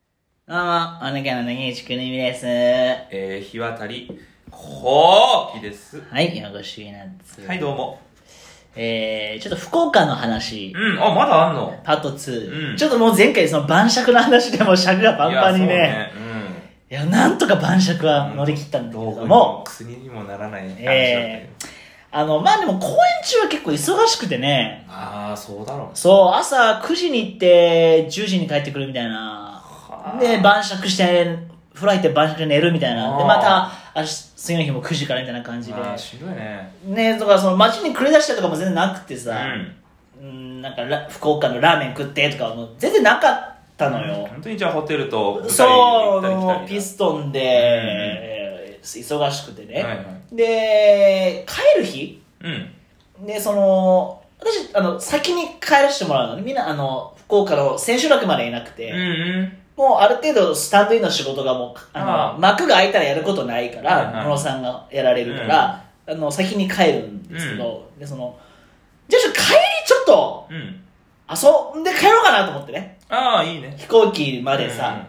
どうも、おなかのなげうちくるみです。えー、日渡り、ほうきです。はい、よろしいなっつ。はい、どうも。えー、ちょっと福岡の話、うん、あ、まだあんのパート2、うんちょっともう前回その晩酌の話でも尺がパンパンにいね。やそいや、うねなんとか晩酌うはん。乗り切ったんだけれうどにも、薬にもならない話だったよ。えあの、まあでも公演中は結構忙しくてね、ああ、そうだろう。そう、朝9時に行って10時に帰ってくるみたいな。はあで、晩酌して、フライって晩酌で寝るみたいな。で、まあた、あ次の日も9時からみたいな感じで。あーしんどいね。ねとかその街に繰り出したりとかも全然なくてうさ、うん、なんかラ福岡のラーメン食ってとかも全然なかったのよ、本当にじゃあホテルと舞台そう行ったり来たりもな。うピストンで、忙しくてね、はいはで帰る日うん。でその私あの先に帰らせてもらうのねみんなあの福岡の千秋楽までいなくて、うんうん。もうある程度スタンドインの仕事がもうあのああ幕が開いたらやることないかはいらはい野呂さんがやられるから、あの先に帰るんですけど、でそのじゃあちょっと帰りちょっとうん。遊んで帰ろうかなと思ってねああ、いいね。飛行機までさ、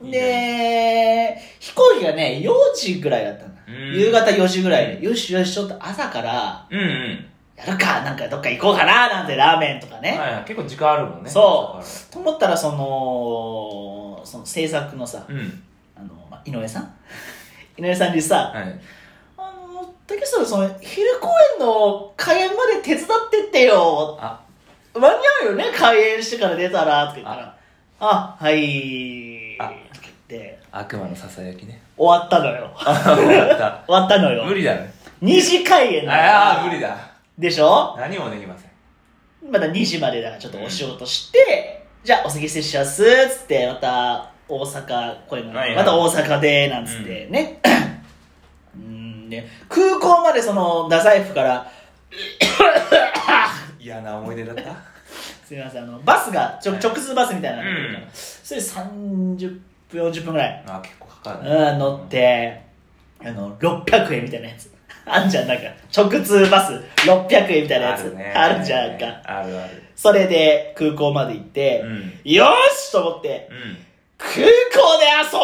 うんうん、いいね、で飛行機がね4時ぐらいだったんだ、うん夕方4時ぐらいでよしよしちょっと朝からうんうやるかなんかどっか行こうかななんてラーメンとかね、ん。はいはい、結構時間あるもんね。そうと思ったらそのその制作のさ、。うん。あの、まあ、井上さん 井上さんにさ、はい。あの、竹下さん、その、昼公演の開演まで手伝ってってよ。あ、間に合うよね、開演してから出たら、って言ったら、あ、はい、あって言って、悪魔のささやき ね。終わったのよ。あ、終わった。終わったのよ。無理だね。 2時開演だからああ、無理。だ。でしょ何もできません。まだ2時までだから、ちょっとお仕事して、じゃあ、お席接します、つって、また、大阪、これも、はいはいまた大阪で、なんつって、ね。 うん、ね、空港までその、太宰府から、嫌な思い出だったすみませんあのバスがちょはい直通バスみたいなのが来るから、うんそれ30分40分ぐらい、 あ結構かかうん、るね乗ってあの600円みたいなやつあんじゃんなんか直通バス600円みたいなやつあある,、るねじゃんかあるあるそれで空港まで行ってう、んよーしと思ってうん空港で遊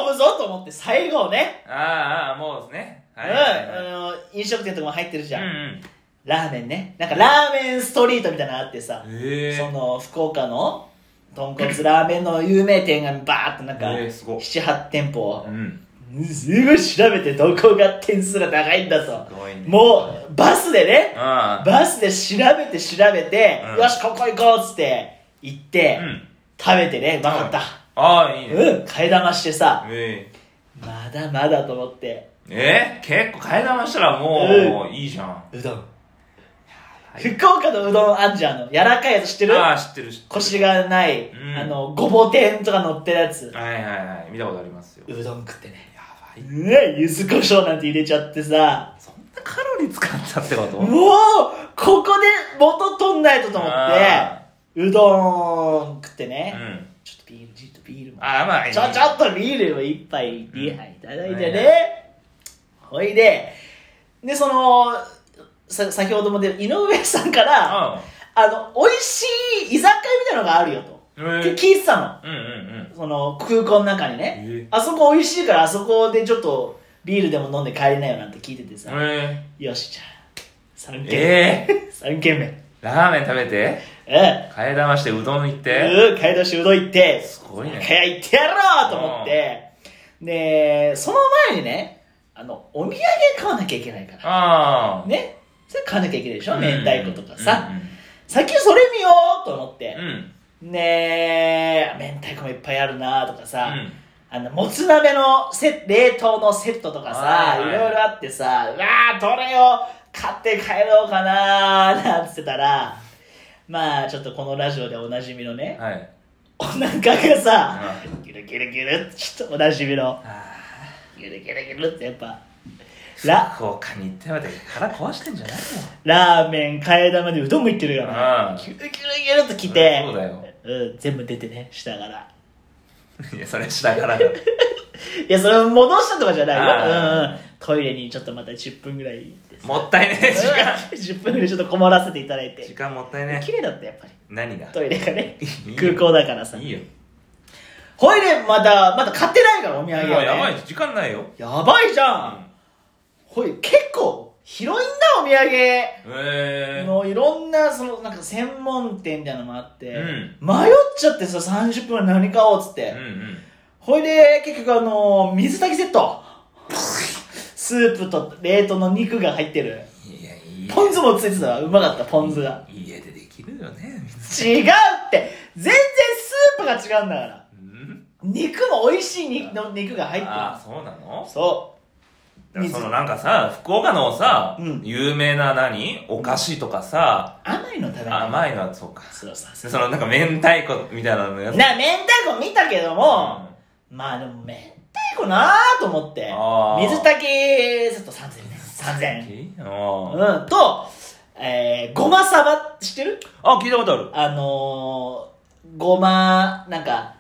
ぶぞと思って最後ね、あーあーもうですねはいうん、あの飲食店とかも入ってるじうゃん、んラーメンねなんかラーメンストリートみたいなのあってさ、うんへえその福岡の豚骨ラーメンの有名店がバーっとなんかえーすごい78店舗うんすごい調べてどこが点数が高いんだとすごいねもうバスでねああバスで調べて調べて、うんよしここ行こうっつって行って、うん食べてねうまかった、ああいいねうん替え玉してさえーまだまだと思ってえー結構替え玉したらもういいじゃんうどんはい福岡のうどんあんじゃんあの柔らかいやつ知ってるああ知ってる知ってるコシがない、うんあのごぼ天とか乗ってるやつはいはいはい見たことありますよやうどん食ってねばいね柚子胡椒なんて入れちゃってさそんなカロリー使ったってこともうここで元取んないとと思ってあうどん食ってーうね、んちょっとビールちょっとビールもああまあいいちょちょっとビールも一杯うん2杯いただいてはいはね、ほいででそのさ先ほどもで井上さんから、あの美味しい居酒屋みたいなのがあるよと、うんうんうって聞いてたのんうんその空港の中にね、えあそこ美味しいからあそこでちょっとビールでも飲んで帰りなよなんて聞いててさ、えよしじゃあ3ー軒えー目3軒目ラーメン食べてうん替え玉してうどん行ってうん買い出しうどん行ってすごいね早行ってやろうと思ってでその前にねあのお土産買わなきゃいけないからああねそれ買わなきゃいけないでしょうん明太子とかさ先それ見ようと思っうてんうんねえ明太子もいっぱいあるなとかうさ、んあの、もつ鍋のセ冷凍のセットとかさ、はいいはいろいろあってさ、うわあどれを買って帰ろうかなーなんつってたら、まあ、ちょっとこのラジオでおなじみのね、はいお腹がさ、ギュルギュルギュルって、ちょっとおなじみの、ギュルギュルギュルってやっぱ、ラ、福岡に行ってまで腹壊してんじゃないよラーメン、替え玉でうどんもいってるようんな。ギュルギュルギュルってきて、そうだようん、全部出てね、下から。いやそれ下からだいや、それを戻したとかじゃないよ。あーうんうん。トイレにちょっとまた10分ぐらい行 ってもったいねえ時間10分ぐらいちょっとこもらせていただい時て間もったいね綺麗だったやっぱり何がトイレがねいいよ空港だからさいいよほいで、まだ、まだ買ってないから、お土産、ね。もうやばい時間ないよ。やばいじゃ。うんほい、結構、広いんだ、お土産。えー。のいろんなそのなんか専門店みたいなのもあって、うん迷っちゃってさ30分は何買おうっつって、うんうん。ほいで結局あのー水炊きセットスープと冷凍の肉が入ってるいや、いい。ポン酢もついてたわうまかったポン酢がいい家でできるよね、違うって全然スープが違うんだからうん肉も美味しい肉の肉が入ってああ、るそうなのそだからそ水のなんかさ、福岡のさ、うん有名な何お菓子とかさう、甘いの食べない甘いのはそうか。そうそうそでそのなんか明太子みたいなのやうつ。な明太子見たけども、まあでも明太子なーと思ってあー水炊きセット3000円です3000えあ円うんとえー、ごまさば知ってるあ、聞いたことある。あのー、ごまなんか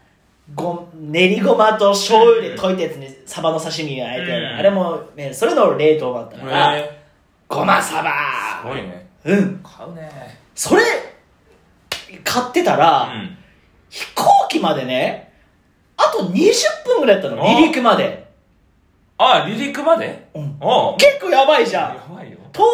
ご練りごまと醤油で溶いたやつにサバの刺身があえてある、うんあれも、ね、それの冷凍だったから、えごまさー、すごばいね。うん買うね。それ買ってたうら、ん。飛行機までねあと20分ぐらいやったの離陸まで、あ、離陸までうん、おう結構やばいじゃんやばいよ。搭乗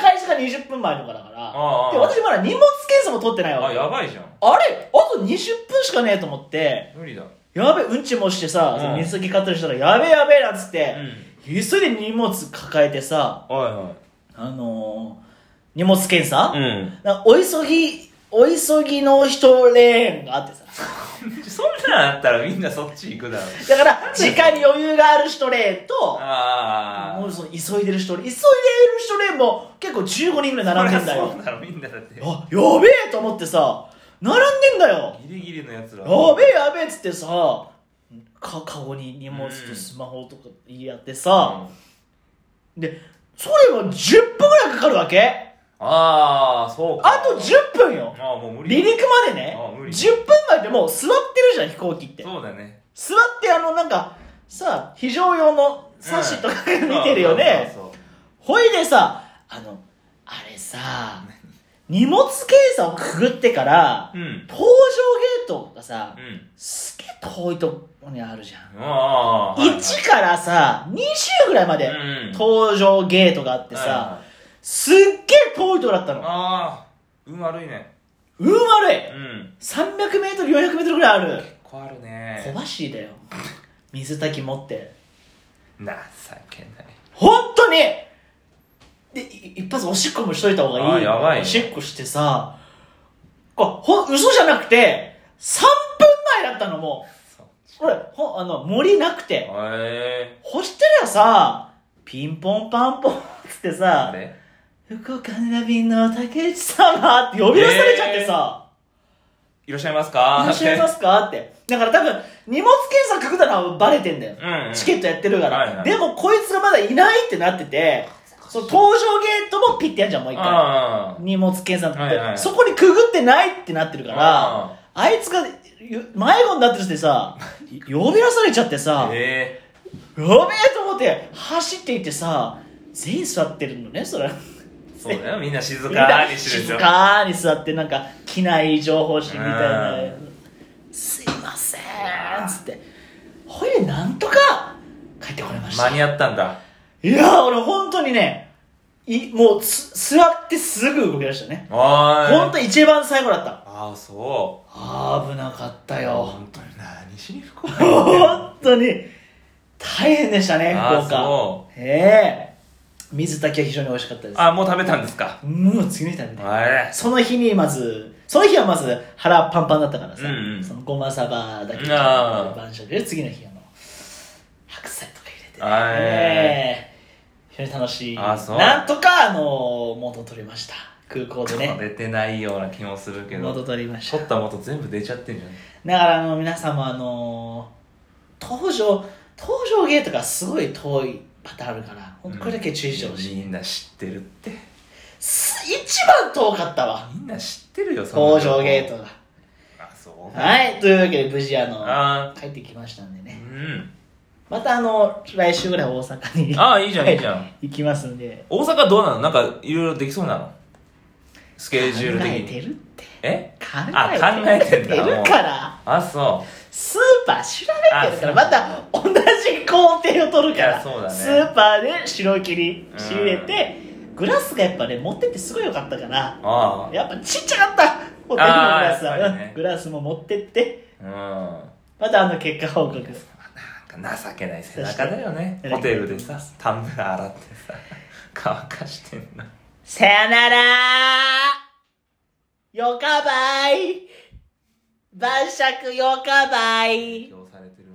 開始が20分前とかだからああで私まだ荷物検査も取ってないわあ、けあやばいじゃん。れあと20分しかねえと思って無理だ。やべうんちもしてさ、うんその水着買ったりしたらやべえやべえなんつっうて、ん。急いで荷物抱えてさはいはあのー、荷物検査、い。うん。なんかお急ぎお急ぎの人レーンがあってさそんなんあったらみんなそっち行くだろ。だから時間に余裕がある人レーンとあもあ。うその急いでる人急いでる人レーンも結構15人ぐらい並んでんだよ そりゃそうだろ、みんなだって。あやべえと思ってさ並んでんだよギリギリのやつら。やべえやべえっつってさかカゴに荷物とスマホとか言い合ってさ、うんでそれは10分ぐらいかかるわけああ、そうか。あと10分よああ、もう無離理。陸までねあ無理10分前でもう座ってるじゃん飛行機ってそうだね。座ってあのなんかさ非常用のサッシとか見てるよねそうそうほいでさあのあれさ荷物検査をくぐってからそう。うん。搭乗ゲートがさ、うん。すげえ遠いとこにあるじゃん、ああ。はいはい1からさ20ぐらいまでうん搭乗ゲートがあってさ、はいはいすっげえ遠いとこだったのああ運悪いね運悪いうん 300m400m ぐらいある結構あるね小走りだよ水炊き持って情けない本当にでい一発おしっこもしといた方がいいあやばいねおしっこしてさこれほん嘘じゃなくて3分前だったのもそうう俺ほんあの森なくてえほしてりゃさ、ピンポンパンポンっつってー、あさ、れ福岡の便の竹内様って呼び出されちゃってさ、いらっしゃいますいからっしゃ いますかって。だから多分、荷物検査かくたのはバレてんだよ。うんうんチケットやってるから、はいはいでもこいつがまだいないってなってて、その搭乗ゲートもピッてやんじゃん、もう一回。ああ荷物検査って、はいはいそこにくぐってないってなってるから、ああいつがゆ迷子になってるしてさ、呼び出されちゃってさ、えやべえと思って走っていってさ全員座ってるのねそれー、そうだよみんな静みんかなにしてるでし静ょかに座ってなんか機内情報誌みたいなうん「すいません」っつってほいでなんとか帰ってこれました間に合ったんだいや俺本当にねいもうつ座ってすぐ動き出したねおい本当一番最後だったああそあー危なかったうよ本当に何しに福 岡行っ本当に大変でしたねてんの福ああ岡そええ水炊きは非常に美味しかったでうすあもう食べたんですかもう次の日食べたいあれその日にまずその日はまず腹パンパンだったからさ、うんうんそのごまさばだけうんあー晩酌で次の日あの白菜とかあ入れーてね非常に楽しいあーそうなんとかあの元取れました空港でね出てないような気もするけど元取りました取った元全部出ちゃってんじゃんだからあの皆さんもあの搭乗搭乗ゲートがすごい遠いパターンあるからほんとこれだけ注意してほしい、みんな知ってるってす一番遠かったわみんな知ってるよその搭乗ゲートがあそうはい、というわけで無事あのあ帰ってきましたんでうねんまたあの来週ぐらい大阪にああいいじゃんいいじゃん、はい行きますんで大阪どうなのなんかいろいろできそうなのスケジュール的考えにてるってえ考えてあ考えてんだるからあそスーパー調べてるからまた同じ工程を取るかいらやそうだねスーパーで白切りうん仕入れてグラスがやっぱね持ってってすごい良かったからあやっぱちっちゃかったホテルのグラスあーやは、っぱりねうんグラスも持ってってあうんなまたあの結果報告んか情けない背中だよね確かにホテルでさタンブラー洗ってさ乾かしてんのさよならよかばい晩酌よかばい影響されてる